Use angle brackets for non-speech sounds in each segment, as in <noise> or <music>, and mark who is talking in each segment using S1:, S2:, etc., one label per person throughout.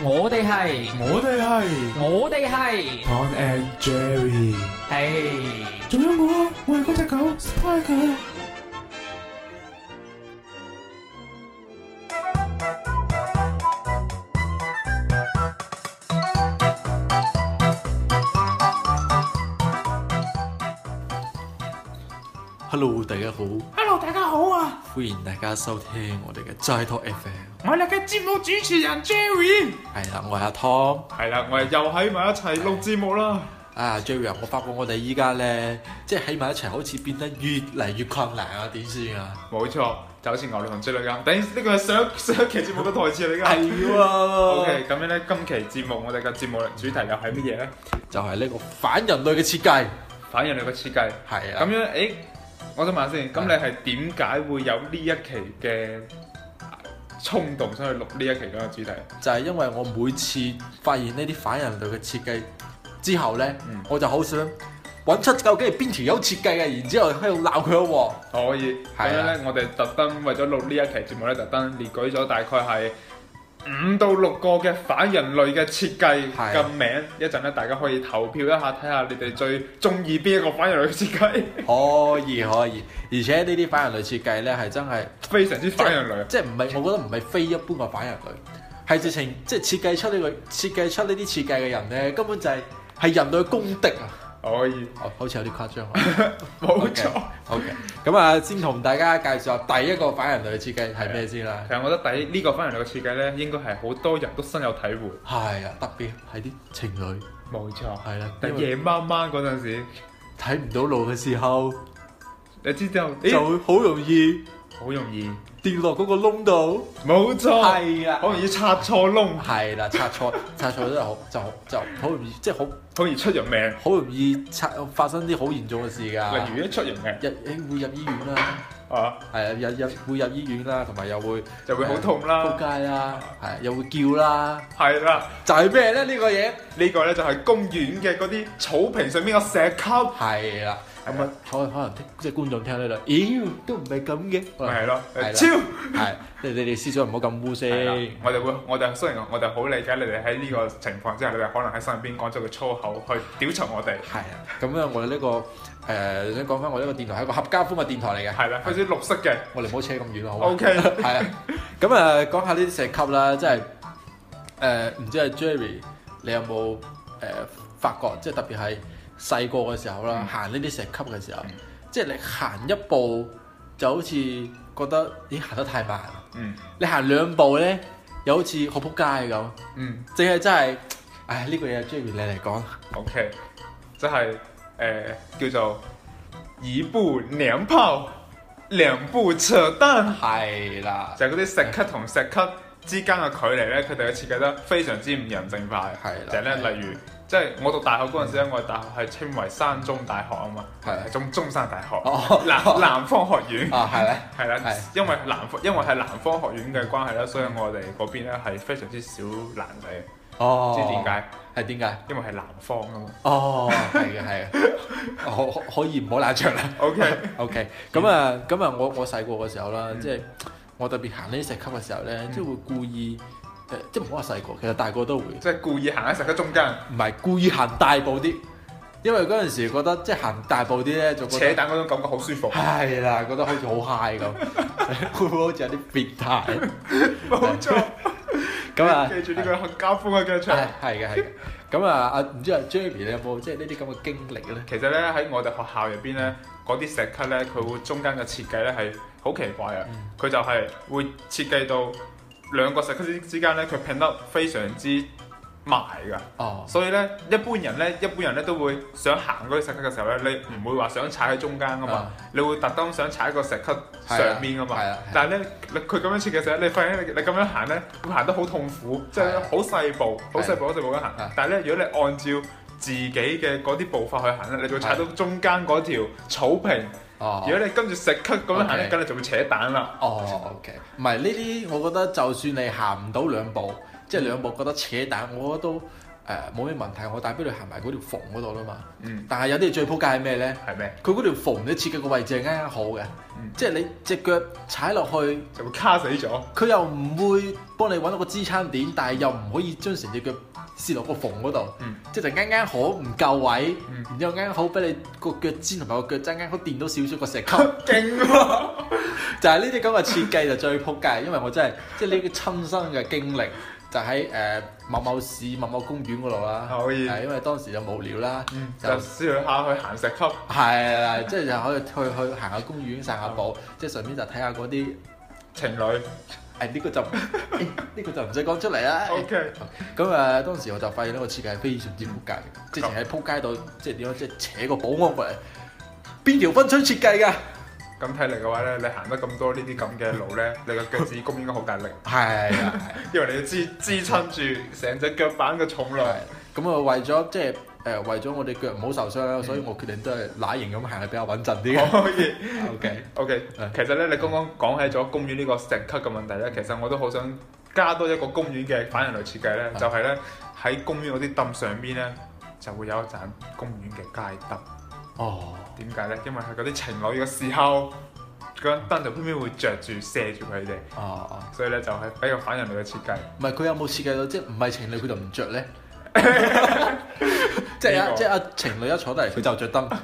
S1: 我哋係，
S2: 我哋係
S1: 我哋係，
S2: Tom and Jerry，
S1: 係。
S2: 仲有我，我係嗰只狗 Spiker。
S3: Hello，大家好，
S2: Hello，大家好啊，
S3: 歡迎大家收聽我哋嘅齋 Talk FM。
S2: 我係你嘅節目主持人 Jerry。
S3: 係啦，我係阿 Tom。
S2: 係啦，我哋又喺埋一齊錄節目啦。
S3: 啊，Jerry，啊我發覺我哋依家咧，即係喺埋一齊，好似變得越嚟越困難啊！點算啊？
S2: 冇錯，就好似牛女同追女咁。頂呢個係上上一期節目嘅台詞嚟㗎。
S3: 係
S2: <laughs> OK，
S3: 喎，
S2: 咁樣咧，今期節目我哋嘅節目主題又係乜嘢咧？
S3: 就係呢個反人類嘅設計。
S2: 反人類嘅設計。
S3: 係
S2: 咁
S3: 啊，
S2: 樣，誒，我想問下先，咁
S3: 係
S2: 你係點解會有呢一期嘅衝動想去錄呢一期嗰個主題？
S3: 就係因為我每次發現呢啲反人類嘅設計之後咧，
S2: 嗯
S3: 我就好想揾出究竟係邊條友設計嘅，然之後喺度鬧佢一鑊。
S2: 可以，咁
S3: 係啊
S2: 樣
S3: 啦
S2: 咧，我哋特登為咗錄呢一期節目咧，特登列舉咗大概係五到六個嘅反人類嘅設計
S3: 係
S2: 嘅名，一陣咧大家可以投票一下，睇下你哋最中意邊一個反人類嘅設
S3: <laughs>
S2: 計，
S3: 可以可以，而且呢啲反人類設計咧係真係。
S2: 非常之反人類。啊
S3: 即係唔係？我覺得唔係非一般嘅反人類，係直情即係設計出呢、個設計出呢啲設計嘅人咧，根本就係、係人類嘅公敵啊！
S2: 可以，
S3: 哦，好似有啲誇張啊。
S2: 冇錯。
S3: OK，咁啊，先同大家介紹下第一個反人類嘅設計係咩先啦。
S2: 其實我覺得第呢個反人類嘅設計咧，應該係好多人都深有體會。
S3: 係啊，特別係啲情侶
S2: 冇錯，
S3: 係啦，
S2: 但
S3: 因為
S2: 夜媽媽嗰陣時，
S3: 睇唔到路嘅時候，
S2: 你知道，
S3: 就
S2: 咦，
S3: 會好容易
S2: 好容易，
S3: 跌落嗰個窿度。
S2: 冇錯，
S3: 係啊
S2: 好，容易插錯窿，
S3: 係啦，擦錯 <laughs> 擦錯真係好就就好容易，即係好
S2: 好容易出人命。
S3: 好容易擦發生啲好嚴重嘅事㗎。
S2: 例如一出人命
S3: 入誒會入醫院啦，
S2: 啊！
S3: 係啊，入入會入醫院啦，同埋又會
S2: 就會好痛
S3: 撲
S2: 啦。
S3: 街啦，係啊又會叫啦，
S2: 係啦，
S3: 就係咩咧？呢個嘢
S2: 呢個咧就係公園嘅嗰啲草坪上面嘅石級，
S3: 係啦，咁
S2: 係
S3: 啊可可能聽即係觀眾聽呢度，妖都唔係咁嘅，
S2: 咪係啊咯
S3: 係啦，
S2: 超。
S3: 係你你哋思想唔好咁污
S2: 係啦
S3: 先，
S2: 我哋會，我哋雖然我哋好理解你哋喺呢個情況之下，你哋可能喺身邊講咗個粗口去屌柒我哋，
S3: 係啊，咁樣我哋呢個誒想講翻我呢個電台係一個合家歡嘅電台嚟嘅，
S2: 係啦，非常之綠色嘅。
S3: 我哋唔好扯咁遠啦，好嘛？
S2: O K，
S3: <laughs> 係啊，咁啊講下呢啲石級啦，即係誒唔知係 Jerry 你有冇誒、呃、發覺，即係特別係細個嘅時候啦
S2: 嗯，
S3: 行呢啲石級嘅時候，
S2: 嗯
S3: 即係你行一步就好似覺得咦行得太慢啦，
S2: 嗯
S3: 你行兩步咧又好似好撲街咁，
S2: 嗯
S3: 淨係真係，唉呢、個嘢 Jerry 你嚟講，
S2: ，O K，即係誒叫做以步兩炮，兩步扯蛋。
S3: 係啦，
S2: 就係嗰啲石級同石級之間嘅距離咧，佢哋嘅設計得非常之唔人性化嘅。
S3: 係啦
S2: 就係咧，例如即係我讀大學嗰陣時咧，我哋大學係稱為山中大學啊嘛，
S3: 係
S2: 係中中山大學
S3: 哦，
S2: 南南方學院。
S3: 啊係咪？
S2: 係啦
S3: 係，
S2: 因為南方因為係南方學院嘅關係啦，所以我哋嗰邊咧係非常之少男仔，唔
S3: 哦，
S2: 知點？解？
S3: 係點解？
S2: 因為係南方啊
S3: <laughs>
S2: 嘛。
S3: 哦，係嘅係嘅，可可可以唔好冷場啦。
S2: OK，
S3: OK，咁啊，咁啊，我我細個嘅時候啦，
S2: 嗯
S3: 即係我特別行呢啲石級嘅時候咧，
S2: 嗯
S3: 即係會故意誒，即係唔好話細個，其實大個都會，
S2: 即係故意行喺石級中
S3: <laughs>
S2: 間，
S3: 唔係故意行大步啲，因為嗰陣時覺得即係行大步啲咧，就
S2: 扯
S3: 覺得
S2: 蛋嗰種感覺好舒服。
S3: 係啦，覺得好似好 high <laughs> 咁，會唔會好似有啲變態？ <laughs>
S2: 冇錯，
S3: 咁啊，
S2: 記住呢個係家風嘅劇場
S3: 係。啊 <laughs> 係嘅係嘅，咁啊啊，唔知啊 Jeremy 你有冇即係呢啲咁嘅經歷咧？
S2: 其實咧喺我哋學校入邊咧，嗰啲石級咧，佢會中間嘅設計咧係好奇怪啊！佢、就係會設計到兩個石級之之間咧，佢拼得非常之埋㗎，
S3: 哦，
S2: 所以咧一般人咧，一般人咧都會想行嗰啲石級嘅時候咧，你唔會話想踩喺中間㗎嘛，
S3: 啊
S2: 你會特登想踩喺個石級上面㗎嘛。
S3: 係啊係啊
S2: 但係咧，你佢咁樣設計嘅時候，你發現你你咁樣行咧，會行得好痛苦，即係
S3: 係啊
S2: 好細步，好細步，好細步咁
S3: 係
S2: 行
S3: 啊。
S2: 但係咧，如果你按照自己嘅嗰啲步伐去行咧，你就會踩到中間嗰條草坪。
S3: 哦
S2: 如。果你跟住石級咁樣行咧，
S3: OK
S2: 咁你就會扯蛋啦。
S3: 哦，OK，唔嗯係呢啲，我覺得就算你行唔到兩步，即係兩步覺得扯蛋，我覺得都誒、誒冇咩問題，我帶俾你行埋嗰條縫嗰度啦嘛。
S2: 嗯，
S3: 但係有啲嘢最撲街係咩咧？
S2: 係咩？
S3: 佢嗰條縫你設計個位置係啱啱好嘅，
S2: 嗯
S3: 即係你只腳踩落去，
S2: 就會卡死咗。
S3: 佢又唔會幫你揾到個支撐點，但係又唔可以將成隻腳攝落個縫嗰度，
S2: 嗯
S3: 即係就啱啱好唔夠位，
S2: 嗯
S3: 然之後啱啱好俾你個腳尖同埋個腳踭啱好掂到少少個石
S2: <laughs>
S3: 級，
S2: 勁喎！
S3: 就係呢啲咁嘅設計就最撲街，因為我真係即係呢個親身嘅經歷，就喺誒、呃某某市某某公園嗰度啦，
S2: 可以
S3: 係因為當時就無聊啦，
S2: 嗯，
S3: 就
S2: 就試下去行石級。
S3: 係啦，即係就可以去去行下公園散下步，即係順便就睇下嗰啲。
S2: 情侶
S3: 誒呢個就誒呢個就唔使講出嚟啦。哎
S2: ，OK，
S3: 咁誒當時我就發現呢個設計係非常之撲街嘅，之前喺撲街度即係點樣即係扯個保安過嚟，邊條分村設計㗎？
S2: 咁睇嚟嘅話咧，你行得咁多呢啲 <laughs> 咁嘅路咧，你個腳趾公應該好大力，
S3: 係 <laughs> 啊，
S2: 因為你支支撐住成隻腳板嘅重量。
S3: 咁啊為咗即係誒為咗我哋腳唔好受傷啦，所以我決定都係乸型咁行係比較穩陣啲嘅。
S2: 可以
S3: 啊 OK，
S2: ，OK。
S3: 嗯
S2: 其實咧，你剛剛講起咗公園呢個石級嘅問題咧，其實我都好想加多一個公園嘅反人類設計咧，
S3: 嗯
S2: 就係咧喺公園嗰啲凳上邊咧，就會有一盞公園嘅街燈。
S3: <laughs> 哦，
S2: 點解咧？因為係嗰啲情侶嘅時候，嗰盞燈就偏偏會着住射住佢哋，
S3: 哦哦，
S2: 所以咧就係比較反人類嘅設計。
S3: 唔係佢有冇設計到即係唔係情侶佢就唔着 <laughs> 咧？即係
S2: 呢
S3: 啊
S2: 個
S3: 即係啊情侶一坐低嚟佢就着 <laughs> 燈，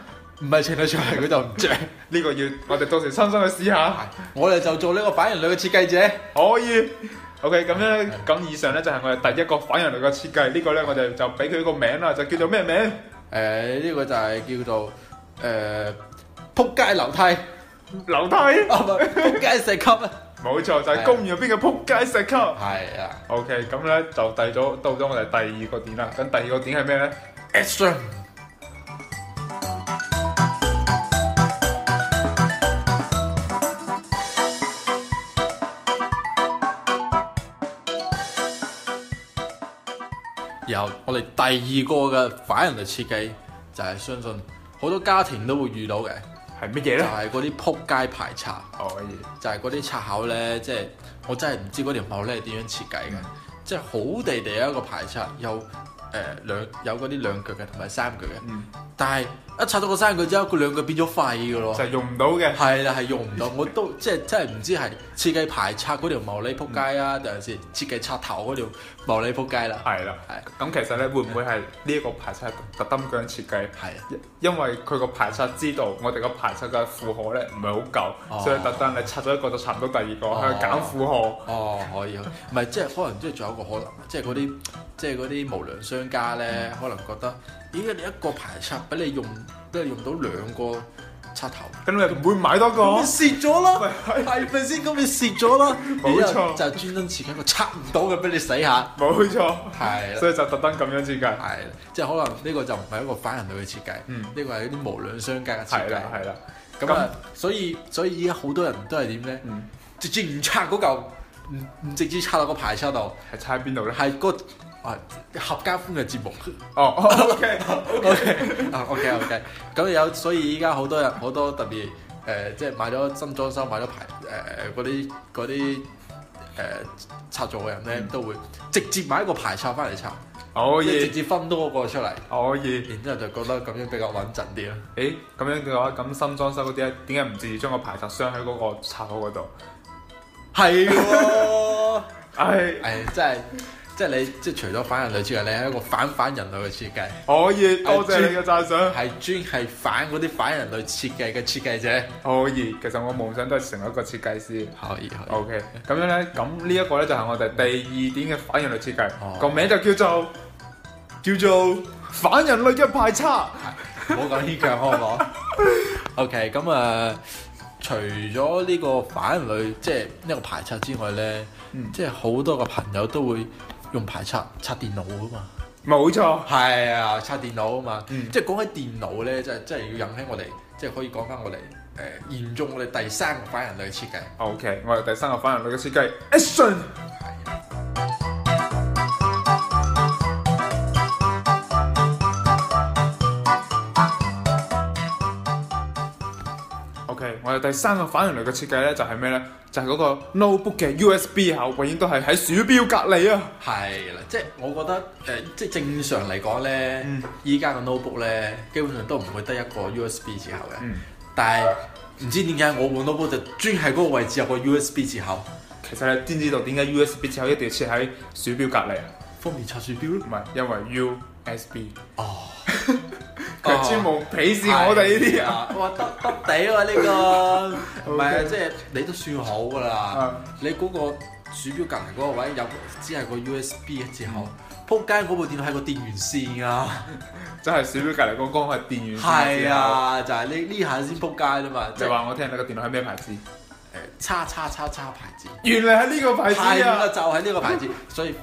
S3: 唔係情侶坐嚟佢就 <laughs> 唔着。
S2: 呢個要我哋到時親身去試下。
S3: 我哋就做呢個反人類嘅設計者。
S2: 可以。OK，咁咧，咁以上咧就係我哋第一個反人類嘅設計，呢個咧我哋就俾佢個名啦，就叫做咩名？
S3: 誒、呢、個就係叫做誒撲街樓梯，啊
S2: 樓梯，
S3: 唔係撲街石級啊，
S2: 冇錯，就係公園入邊嘅撲街石級。
S3: 係啊
S2: OK，咁咧就第咗到咗我哋第二個點啦。咁第二個點係咩咧？
S3: ，action。然後我哋第二個嘅反人類設計就係相信好多家庭都會遇到嘅，
S2: 係乜嘢
S3: 就？係嗰啲撲街排查。
S2: 可以，
S3: 就係嗰啲插口咧，即係我真係唔知嗰條口咧係點樣設計
S2: 嗯
S3: 嘅，即係好地地有一個排插，有誒、呃、兩有嗰啲兩腳嘅同埋三腳嘅，
S2: 嗯，
S3: 但係一插咗個三腳之後，佢兩腳變咗廢嘅
S2: 就
S3: 咯。
S2: 係用唔到嘅。
S3: 係啦，係用唔到，我
S2: <laughs>
S3: 都即係真係唔知係設計排插嗰條毛利撲街啊，定係先設計插頭嗰條毛利撲街啦。
S2: 係啦，
S3: 係
S2: 咁其實咧會唔會係呢一個排插特登咁樣設計？
S3: 係啊，
S2: 因因為佢個排插知道我哋個排插嘅負荷咧唔係好夠，
S3: 哦
S2: 所以特登你插咗一個就插唔到第二個，
S3: 哦
S2: 喺度減負荷。
S3: 哦，可以，可以唔係即係可能即係仲有一個可能，啊即係嗰啲即係嗰啲無良商家咧，
S2: 嗯
S3: 可能覺得咦你一個排插俾你用，俾你用到兩個插頭。
S2: 咁你唔會買多個？
S3: 咁咪蝕咗咯，
S2: 喂
S3: 係咪先？咁咪蝕咗咯，
S2: 冇錯
S3: 然之後就專登設計個測唔到嘅俾你洗下，
S2: 冇錯，
S3: 係啦，
S2: 所以就特登咁樣設計。
S3: 係啦，即係可能呢個就唔係一個反人類嘅設計，
S2: 嗯
S3: 呢個係一啲無良商家嘅設
S2: 係啦，
S3: 計。
S2: 係啦。
S3: 咁啊，所以所以依家好多人都係點咧？
S2: 嗯，
S3: 直接唔拆嗰嚿，唔唔直接拆落個排插度，
S2: 係差喺邊度咧？
S3: 係個啊合家歡嘅節目。 <laughs>
S2: 哦 Ờ,，OK，
S3: OK 啊 OK OK，咁有所以依家好多人好多特別誒、呃即係買咗新裝修買咗牌呃誒嗰啲嗰啲誒插座嘅人咧，都會直接買一個排插翻嚟插，
S2: 可
S3: 即係直
S2: 以，
S3: 接分多個出嚟，
S2: 可以。
S3: 然之後就覺得咁樣比較穩陣啲咯。
S2: 誒，咁樣嘅話，咁新裝修嗰啲咧，點解唔直接將個排插箱喺嗰個插口嗰度？
S3: 係 <laughs> 喎，
S2: 唉，
S3: 誒真係。即係你，即係除咗反人類之外，你係一個反反人類嘅設計，
S2: 可以，多謝你嘅讚賞。
S3: 係專係反嗰啲反人類設計嘅設計者。
S2: 可以，其實我夢想都係成為一個設計師。
S3: 可以，可以。
S2: Ờ, OK，咁樣咧，咁呢一個咧就係我哋第二點嘅反人類設
S3: 哦
S2: 計，個名就叫做叫做反人類嘅排插。
S3: 唔好講牽強，好唔好 <laughs> ？OK，咁啊、呃除咗呢個反人類即係呢個排插之外咧，
S2: 嗯
S3: 即係好多個朋友都會用排插插電腦噶嘛。
S2: 冇錯。
S3: 係啊，插電腦啊嘛。
S2: 嗯
S3: 即係講起電腦咧，即係即係要引起我哋，即係可以講翻我哋誒、呃、嚴重我哋第三個反人類設計。
S2: OK，我哋第三個反人類嘅設計 action。OK， OK，我哋第三個反人類嘅設計咧就係咩咧？就係、嗰個 notebook 嘅 USB 口啊永遠都係喺鼠標隔離啊！
S3: 係啦，即係我覺得誒、呃即係正常嚟講咧
S2: 嗯，
S3: 依家嘅 notebook 咧，基本上都唔會得一個 USB 接口嘅。
S2: 嗯，
S3: 但係唔知點解我換 notebook 就專係嗰個位置有個 USB 接口，
S2: 其實你知唔知道點解 USB 之後一定要設喺鼠標隔離啊？
S3: 方便插鼠標咯
S2: 唔。係因為 USB，
S3: 哦，
S2: 佢係專門鄙視我哋呢啲人。
S3: 啊！哇，得得地喎呢個，唔係啊
S2: <laughs> OK
S3: 即係你都算好㗎啦。
S2: 啊
S3: 你嗰個鼠標隔離嗰個位有只係個 USB 接
S2: 嗯
S3: 口，撲街嗰部電腦係個電源線啊！
S2: 真係鼠標隔離嗰個光係電源線之
S3: 係
S2: 後，
S3: 啊，就係呢呢下先撲街啫嘛，即
S2: 就
S3: 係
S2: 話我聽你個電腦係咩牌子？
S3: 誒叉叉叉叉牌子，
S2: 原來係呢個牌
S3: 係
S2: 子
S3: 啦，
S2: 啊！
S3: 就係呢個牌子， <laughs> 所以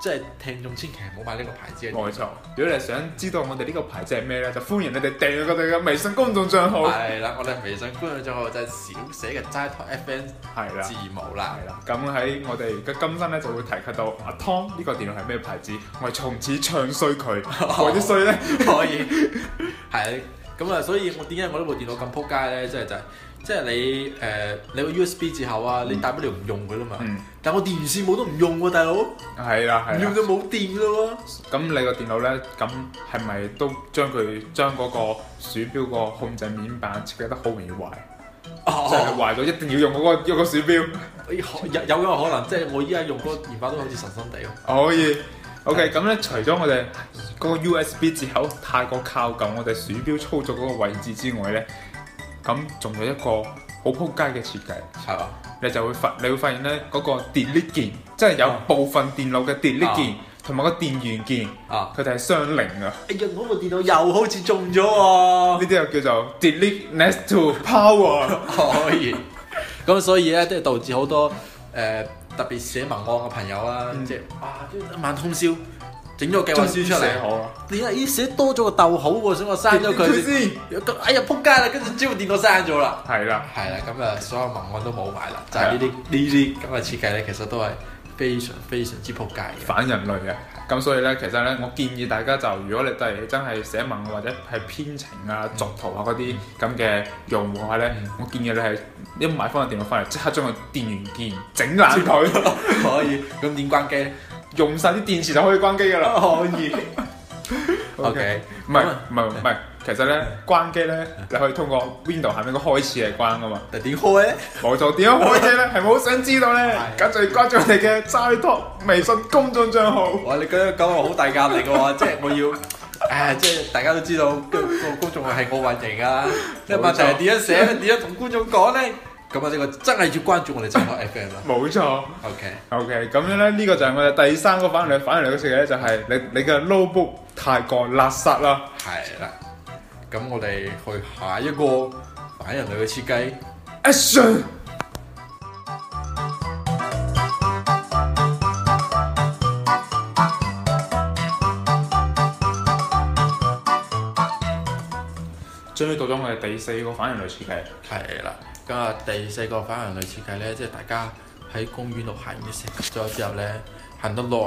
S3: 即係聽眾千祈唔好買呢個牌子嘅。
S2: 冇錯，如果你想知道我哋呢個牌子係咩咧，就歡迎你哋訂閱我哋嘅微信公眾帳號。
S3: 係啦，我哋微信官嘅帳號就係小寫嘅齋台 FN
S2: 係啦
S3: 字。母啦
S2: 係。啦，咁喺我哋嘅今生咧就會提及到阿湯呢個電腦係咩牌子，我哋從此唱衰佢，我啲衰咧
S3: 可以係咁啊！所以我點解我呢部電腦咁撲街咧？即係就係即係你誒、你個 USB 接口啊，你大不了唔用佢啦嘛。
S2: 嗯
S3: 但我電源線冇都唔用喎、大佬，唔
S2: 係啦係啊
S3: 用
S2: 啦，
S3: 就冇電咯喎。
S2: 咁你個電腦咧咁係咪都將佢將嗰個鼠標個控制面板設計得好容易壞，即係
S3: 哦
S2: 壞咗一定要用嗰、個用個鼠標，
S3: <laughs> 有有咁嘅可能，即係我依家用嗰個電話都好似神神地咯。
S2: 可以。OK，咁咧除咗我哋嗰個 USB 接口太過靠近我哋鼠標操作嗰個位置之外咧，咁仲有一個好撲街嘅設計。
S3: 係嘛？
S2: 你就會發，你會發現咧嗰、個 delete 鍵，即係有部分電腦嘅 delete 鍵同埋個電源鍵，
S3: 啊！
S2: 佢哋係相靈啊！
S3: 哎呀，我部電腦又好似中咗喎、
S2: 呢啲又叫做 delete next to
S3: <laughs>
S2: power。
S3: 可以。咁所以咧，即係導致好多誒、呃特別寫文案嘅朋友啊，
S2: 嗯
S3: 即係哇，一晚通宵整咗個計劃書出
S2: 真
S3: 嚟
S2: 寫。好啊！
S3: 你啊，咦寫多咗個逗號喎，想我刪咗
S2: 佢
S3: 佢。
S2: 先。
S3: 咁哎呀，撲街啦！跟住將部電腦刪咗啦。
S2: 係啦，
S3: 係啦，咁啊，所有文案都冇埋啦，就係呢啲呢啲咁嘅設計咧，其實都係非常非常之撲
S2: <laughs>
S3: 街嘅。
S2: 反人類啊！咁所以咧，其實咧，我建議大家就，如果你真係真係寫文或者係編程啊、作圖啊嗰啲咁嘅用戶嘅話咧，
S3: 嗯
S2: 我建議你係一買翻個電腦翻嚟，即刻將個電源鍵整爛
S3: <laughs>
S2: 佢，
S3: 可以，咁點關機咧？
S2: 用晒啲電池就可以關機噶啦。
S3: 可 <laughs> 以。OK，
S2: 唔係
S3: 咁啊
S2: 唔係唔係，其實咧關機咧，你可以通過 Window 下面個開始嚟關噶嘛。
S3: 但點開咧？
S2: 冇錯，點樣開機咧？係咪好想知道咧？
S3: 係
S2: 咁就要關注我哋嘅齋托微信公眾帳號。
S3: 哦哇！你覺得講我好大壓力嘅 <laughs> 喎，即係我要，唉，即係大家都知道個個觀眾係我運營啊。即係問題係點樣寫咧？點樣同觀眾講咧？咁啊，呢個真係要關注我哋 <laughs> 正台 FM 啦。
S2: 冇錯
S3: 啊 OK，
S2: ，OK，咁樣咧，呢個就係我哋第三個反嚟反嚟嘅設計咧，就係你你嘅 notebook 太過垃圾啦。
S3: 係啦。咁我哋去下一個反人類嘅設計。
S2: Action！終於到咗我哋第四個反人類設計。
S3: 係啦，咁啊第四個反人類設計咧，即係大家喺公園度行完成咗之後咧，行得耐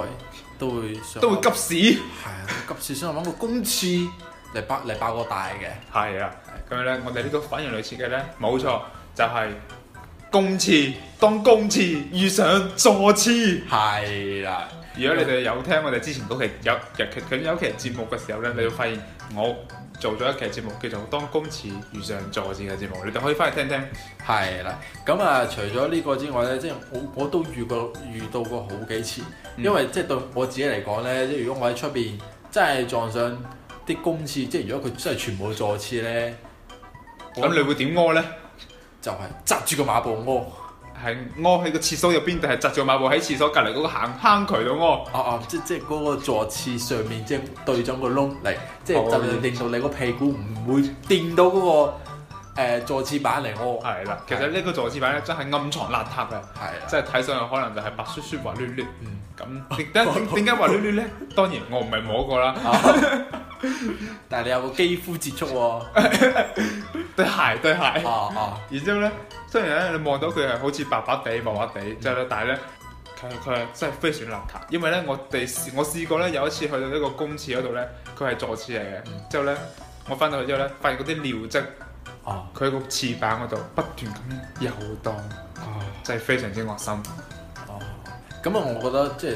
S3: 都會想
S2: 都會急屎。
S3: 係啊，急事想揾個公廁嚟爆嚟爆個大嘅，
S2: 係啊，咁樣咧，我哋呢個反人類設計咧，冇錯，就係、公廁當公廁遇上坐廁。
S3: 係啦，
S2: 如果你哋有聽我哋之前嗰期有日期咁有一期節目嘅時候咧，你會發現我做咗一期節目叫做《當公廁遇上坐廁》嘅節目，你哋可以翻去聽聽。
S3: 係啦，咁啊除咗呢個之外咧，即係我我都遇過遇到過好幾次，
S2: 嗯
S3: 因為即係對我自己嚟講咧，即係如果我喺出邊真係撞上啲公廁，即係如果佢真係全部坐廁咧，我
S2: 咁你會點屙咧？
S3: 就係扎住個馬步屙。
S2: 係屙喺個廁所入邊，定係扎住個馬步喺廁所隔離嗰個行坑渠度屙？
S3: 哦哦，即即嗰個坐廁上面即對咗個窿嚟，即就
S2: 可以
S3: 令到你個屁股唔會掂到嗰、個、呃、坐廁板嚟屙。
S2: 係啦，其實呢個坐廁板咧真係暗藏邋遢嘅，
S3: 係啊，
S2: 即係睇上去可能就係白雪雪滑捋捋。 <laughs>
S3: 嗯，
S2: 咁點解點點解滑捋捋咧？當然我唔係摸過啦，
S3: 但係你有個肌膚接觸喎、
S2: 對鞋對鞋。
S3: 哦哦，
S2: 然之後咧，雖然咧你望到佢係好似白白地、麻麻地，
S3: 嗯
S2: 之後咧，但係咧佢佢係真係非常邋遢。因為咧我哋試我試過咧有一次去到一個
S3: 嗯
S2: 公廁嗰度咧，佢係坐廁嚟嘅。之後咧我翻到去之後咧，發現嗰啲尿跡
S3: 哦，
S2: 佢個翅膀嗰度不斷咁樣遊蕩，
S3: 啊
S2: 真係非常之惡心。
S3: 哦，咁啊，我覺得即係誒、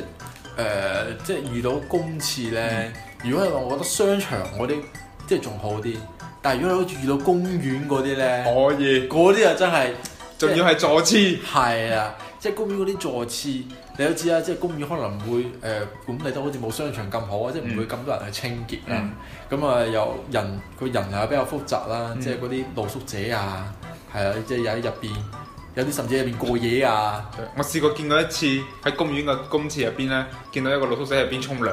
S3: 呃即係遇到公廁咧，如果係我覺得商場嗰啲即係仲好啲，但係如果你好似遇到公園嗰啲咧，
S2: 可以，
S3: 嗰啲啊真係
S2: 仲要係坐廁。
S3: 係啊，即係公園嗰啲座廁，你都知啦，即係公園可能會誒管、理得好似冇商場咁好啊，即係唔會咁多人去清潔啦。咁啊、又人個人又比較複雜啦，
S2: 嗯
S3: 即係嗰啲露宿者啊，係啊，即係有喺入邊，有啲甚至喺入邊過夜啊。
S2: 嗯我試過見過一次喺公園嘅公廁入邊咧，見到一個露宿者入邊沖涼，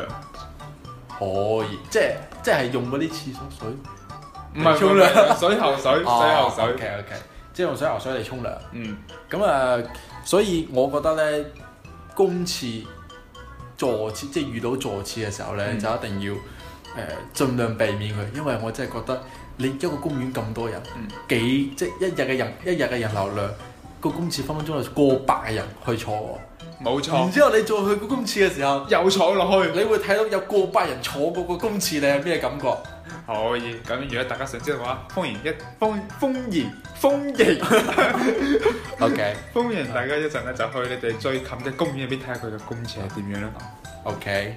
S3: 可以，即係即係用嗰啲廁所水，
S2: 唔係
S3: 沖涼哦
S2: 唔係唔係水喉水，水喉
S3: 水。O
S2: 水。
S3: K O K，即係用水喉水嚟沖涼。
S2: 嗯，
S3: 咁啊，所以我覺得咧，公廁坐廁，即係遇到坐廁嘅時候咧，
S2: 嗯
S3: 就一定要誒、呃、盡量避免佢，因為我真係覺得你一個公園咁多人，
S2: 嗯
S3: 幾即係一日嘅人一日嘅人流量，個公廁分分鐘有過百人去坐喎。
S2: 冇
S3: 然
S2: 錯，
S3: 之後你再去個公廁嘅時候，
S2: 又坐落去。
S3: 你會睇到有過百人坐嗰個公廁，你係咩感覺？
S2: 可以，咁如果大家想知道嘅話，歡迎一歡歡迎歡迎 <laughs>
S3: OK
S2: 歡迎大家一陣咧就去你哋最近嘅公園入邊睇下佢嘅公廁係點樣啦。
S3: OK，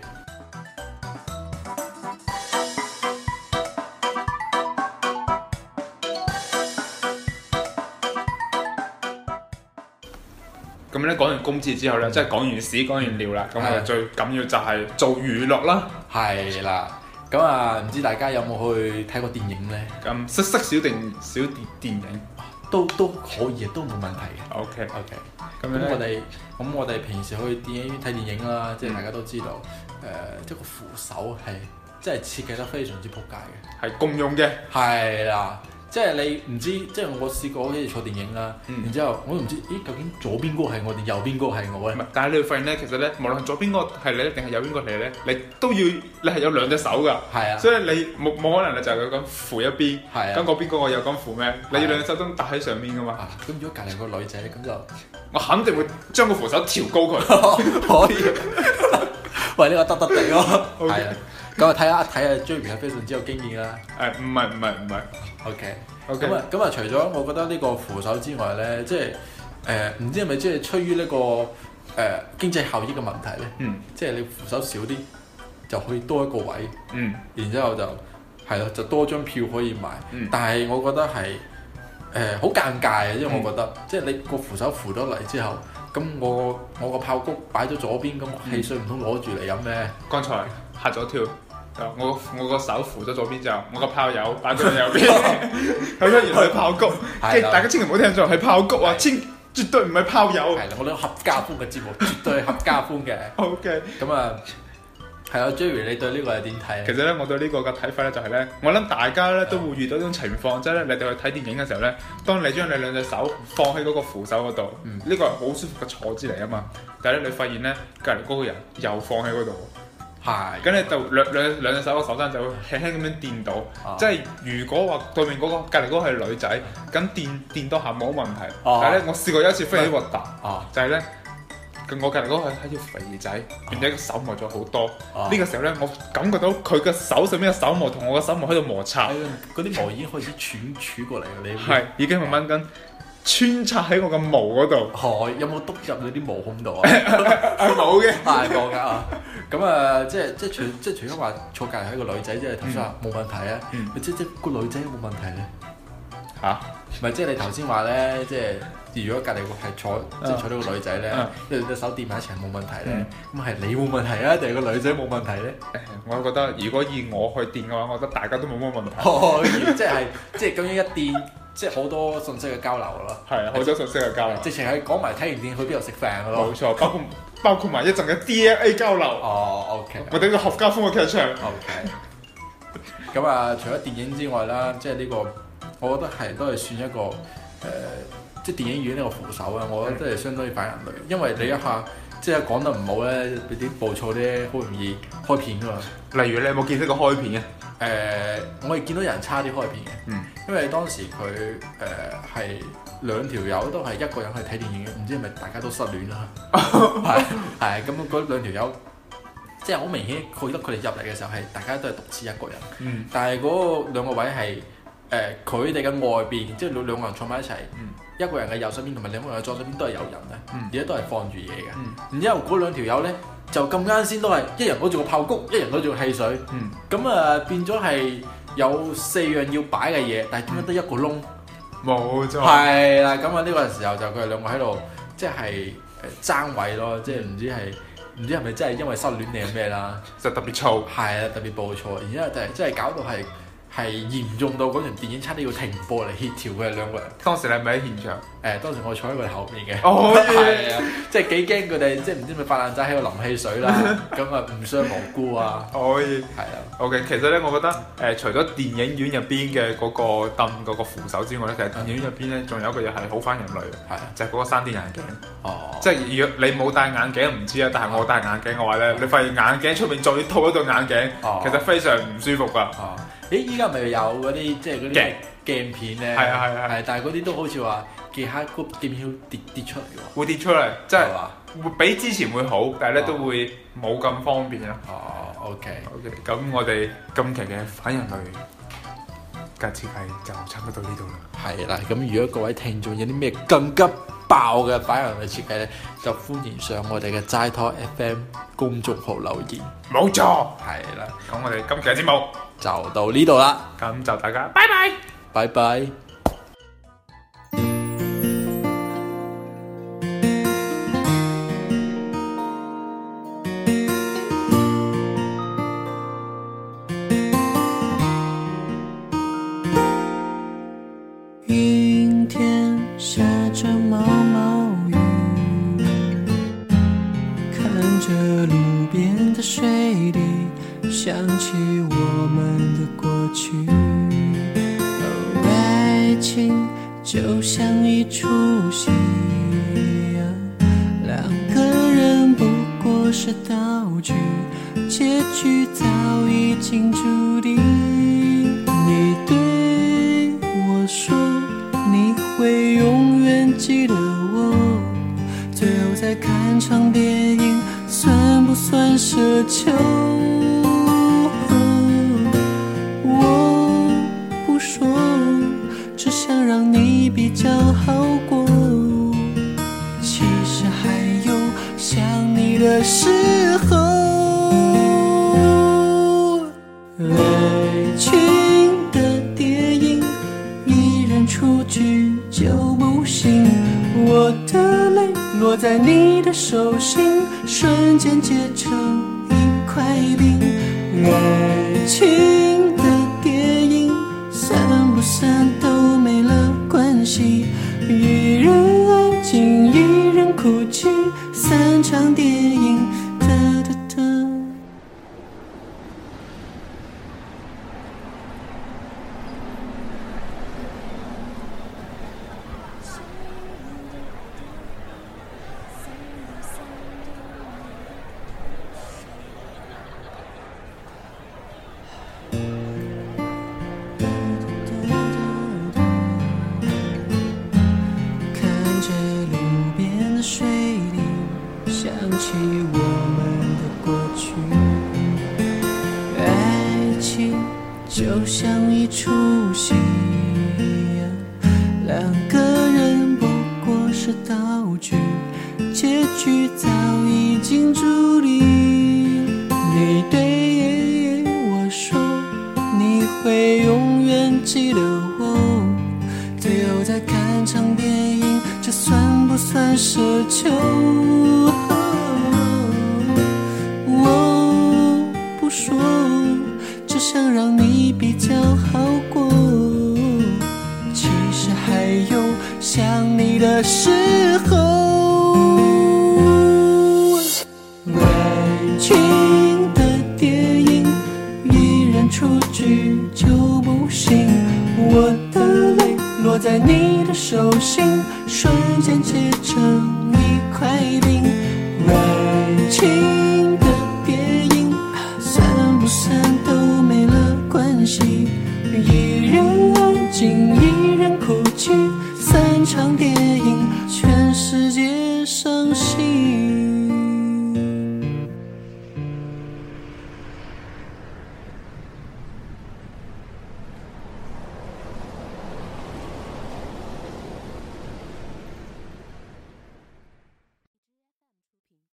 S2: 咁咧講完公廁之後咧，即係講完屎講完尿啦，咁我
S3: 係
S2: 哋最緊要就係做娛樂啦。
S3: 係啦。咁啊，唔知大家有冇去睇過電影呢？
S2: 咁識識小電小電電影
S3: 都都可以，都冇問題嘅。
S2: ，OK，
S3: OK，
S2: 咁
S3: 咁
S2: 樣
S3: 我
S2: 咧
S3: 哋咁我哋平時去電影院睇電影啦，即係大家都知道，誒、即係個扶手係真係設計得非常之撲街嘅。
S2: 係共用嘅，
S3: 係啦，即係你唔知，即係我試過好似坐電影啦，
S2: 嗯
S3: 然之後我都唔知，咦究竟左邊嗰個係我定右邊嗰個係我
S2: 唔
S3: 咧？
S2: 係但係你會發現咧，其實咧，無論左邊個係你定係右邊個係你咧，你都要你係有兩隻手㗎，
S3: 係啊，
S2: 所以你冇冇可能你就係咁扶一邊，
S3: 係
S2: 咁
S3: 啊。
S2: 嗰邊嗰個又咁扶咩？你要兩隻手都搭喺上面㗎嘛。
S3: 啊，咁如果隔離個女仔咁就
S2: 我肯定會將個扶手調高佢。
S3: 可以，喂呢個得得地咯，
S2: OK
S3: 係啊，咁啊睇下睇下 j u 係非常之有經驗啦
S2: 誒唔係唔係唔係
S3: ，OK。
S2: ，OK
S3: 咁啊，咁啊，除咗我覺得呢個扶手之外咧，即係誒唔知係咪即係出於呢、個誒、經濟效益嘅問題咧，
S2: 嗯
S3: 即係你扶手少啲就可以多一個位，
S2: 嗯
S3: 然之後就係咯，就多張票可以買。
S2: 嗯
S3: 但係我覺得係誒好尷尬啊嘅，因為我覺得、
S2: 嗯
S3: 即係你個扶手扶咗嚟之後，咁我我個炮谷擺咗左邊，咁
S2: 嗯
S3: 汽水唔通攞住嚟飲咩？
S2: 剛才嚇咗跳。我我個手扶咗左邊之後，我個炮友擺咗去右
S3: <laughs>
S2: 邊，咁樣原來係炮谷，
S3: 係啊
S2: 即係
S3: 啦
S2: 大家千祈唔好聽錯，係炮谷啊，千絕對唔係炮友。
S3: 係啦，我哋有合家歡嘅節目，絕對係合家
S2: <laughs>
S3: 歡嘅。
S2: OK，
S3: 咁啊，係啊，Jerry，你對呢個係點睇啊
S2: 其
S3: 咧？
S2: 實咧，我對呢個嘅睇法咧就係咧，我諗大家咧都會遇到一種情況，即係咧你哋去睇電影嘅時候咧，當你將你兩隻手放喺嗰個扶手嗰度，
S3: 嗯
S2: 呢個係好舒服嘅坐姿嚟啊嘛，但係咧你發現咧隔離嗰個人又放喺嗰度。
S3: 係
S2: 咁你就兩兩兩隻手個手踭就會輕輕咁樣掂到，
S3: 啊
S2: 即係如果話對面嗰、個隔離嗰個係女仔，咁掂掂多下冇問題。
S3: 哦
S2: 但係咧，我試過有一次非常之核突，
S3: 啊
S2: 就係咧，咁我隔離嗰個係一條肥仔，而且個手磨咗好多。呢、
S3: 啊
S2: 個時候咧，我感覺到佢嘅手上面嘅手磨同我嘅手磨喺度摩擦，
S3: 係啊嗰啲毛已經開始喘喘過嚟嘅，你。
S2: 係已經慢慢咁穿插喺我嘅毛嗰度
S3: 係有冇篤入你啲毛孔度啊？
S2: 係冇
S3: <laughs>
S2: 嘅，
S3: 係冇㗎啊！咁啊，即係即係除即係除咗話坐隔離係一個女仔，即係頭先話冇問題啊
S2: 嗯，
S3: 咪即即個女仔有冇問題咧？
S2: 嚇、
S3: 唔係即係你頭先話咧，即係如果隔離個係
S2: 啊
S3: 坐即係坐到個女仔咧
S2: 嗯，
S3: 即係隻手掂埋一齊冇問題咧
S2: 嗯，
S3: 咁係你冇問題啊，定係個女仔冇問題
S2: <laughs>
S3: 咧？
S2: 我覺得如果以我去掂嘅話，我覺得大家都冇乜問題。
S3: 哦，即係即係咁樣一掂，即係好多信息嘅交流咯。
S2: 係啊，好多信息嘅交流。
S3: 直情係講埋睇完電影去邊度食飯嘅
S2: 冇
S3: 咯。
S2: 錯，包括包括埋一陣嘅 DNA 交流，
S3: 哦，OK
S2: 我哋呢個合家歡嘅劇場。
S3: OK。咁啊，除咗電影之外啦，即係呢個，我覺得係都係算一個誒、呃即係電影院呢個扶手啊，我覺得都係相當於反人類，因為你一下即係講得唔好咧，俾啲暴躁咧，好容易開片㗎嘛。
S2: 例如你有冇見識過開片啊嘅？
S3: 誒、我係見到有人差啲開片嘅，
S2: 嗯
S3: 因為當時佢誒係兩條友都係一個人去睇電影嘅，唔知係咪大家都失戀
S2: <laughs>
S3: 啦？係係咁嗰兩條友，即係好明顯，覺得佢哋入嚟嘅時候係大家都係獨自一個人，
S2: 嗯
S3: 但係嗰兩個位係誒、誒佢哋嘅外邊，即係兩兩個人坐埋一齊，
S2: 嗯
S3: 一個人嘅右手邊同埋另一個人嘅左手邊都係有人咧，
S2: 嗯
S3: 而家都係放住嘢嘅。
S2: 嗯
S3: 然之後嗰兩條友咧就咁啱先都係一人攞住個炮谷，一人攞住個汽水，
S2: 嗯
S3: 咁啊變咗係有四樣要擺嘅嘢，但係點解得一個窿？
S2: 冇錯，
S3: 係啦，咁啊呢個時候就佢哋兩個喺度即係誒爭位咯，即係唔知係唔知係咪真係因為失戀定係咩啦？
S2: <laughs> 就特別燥。
S3: 係啊，特別暴躁，然之後就係真係搞到係係嚴重到嗰場電影差啲要停播嚟協調佢哋兩個人。誒、
S2: 當時你係咪喺現場？
S3: 當時我坐喺佢哋後面嘅。
S2: 哦
S3: 係啊，即係幾驚佢哋，即係唔知咪發爛仔喺度淋汽水啦，咁啊唔傷無辜啊，
S2: 可以
S3: 係啊，
S2: ，OK。其實咧，我覺得誒、除咗電影院入邊嘅嗰個凳嗰個扶手之外咧，其實電影院入邊咧，仲有一個嘢係好翻人類嘅，
S3: 係啊，
S2: 就係、嗰個三 D 眼鏡。
S3: 哦，
S2: 即係如果你冇戴眼鏡唔知啊，但係我戴眼鏡嘅話咧，你發現眼鏡出面再套一對眼鏡，
S3: 哦
S2: 其實非常唔舒服㗎。
S3: 哦，咦，依家咪有嗰啲即係嗰啲
S2: 鏡
S3: 鏡片咧，
S2: 係啊係啊係啊
S3: 但係嗰啲都好似話記下個鏡片跌跌出嚟喎，
S2: 會跌出嚟，即係
S3: 係嘛？
S2: 會比之前會好，但係咧
S3: 哦
S2: 都會冇咁方便啦。
S3: 哦，OK，
S2: OK，咁我哋今期嘅反人類嘅設計就差唔多到呢度啦。
S3: 係啦，咁如果各位聽眾有啲咩更加爆嘅反人類設計咧，就歡迎上我哋嘅齋拖 FM 公眾號留言，
S2: 冇錯，
S3: 係啦，
S2: 咁我哋今期嘅節目
S3: 就到呢度啦，
S2: 咁就大家拜。
S3: 拜拜。
S4: 阴天下着毛毛雨，看着路边的水滴，想起我们的过去。哦，爱情就像一出戏，两个人不过是道具，结局早已经注定。你对我说，你会永远记得我。最后再看场电影，算不算奢求？我不说，只想让你比较好过。其实还有想你的时候。爱情的电影一人出去就不行，我的泪落在你的手心，瞬间结成一块冰。爱情的电影散不散都没了关系，一人安静，一人哭泣，散场电影。哒哒哒。看着路边的水滴，想起我们的过去。爱情就像一出戏，两个人不过是道具，结局早已经注定。你对我说，你会永远记得我。最后再看场电影，这算不算奢求？我不说，只想让你比较好过。其实还有想你的时候。爱情的电影，一人出去就不行。我的泪落在你的手心，瞬间结成一块冰。爱情的电影，散不散都没了关系。一人安静，一人哭泣，散场电影，全世界伤心。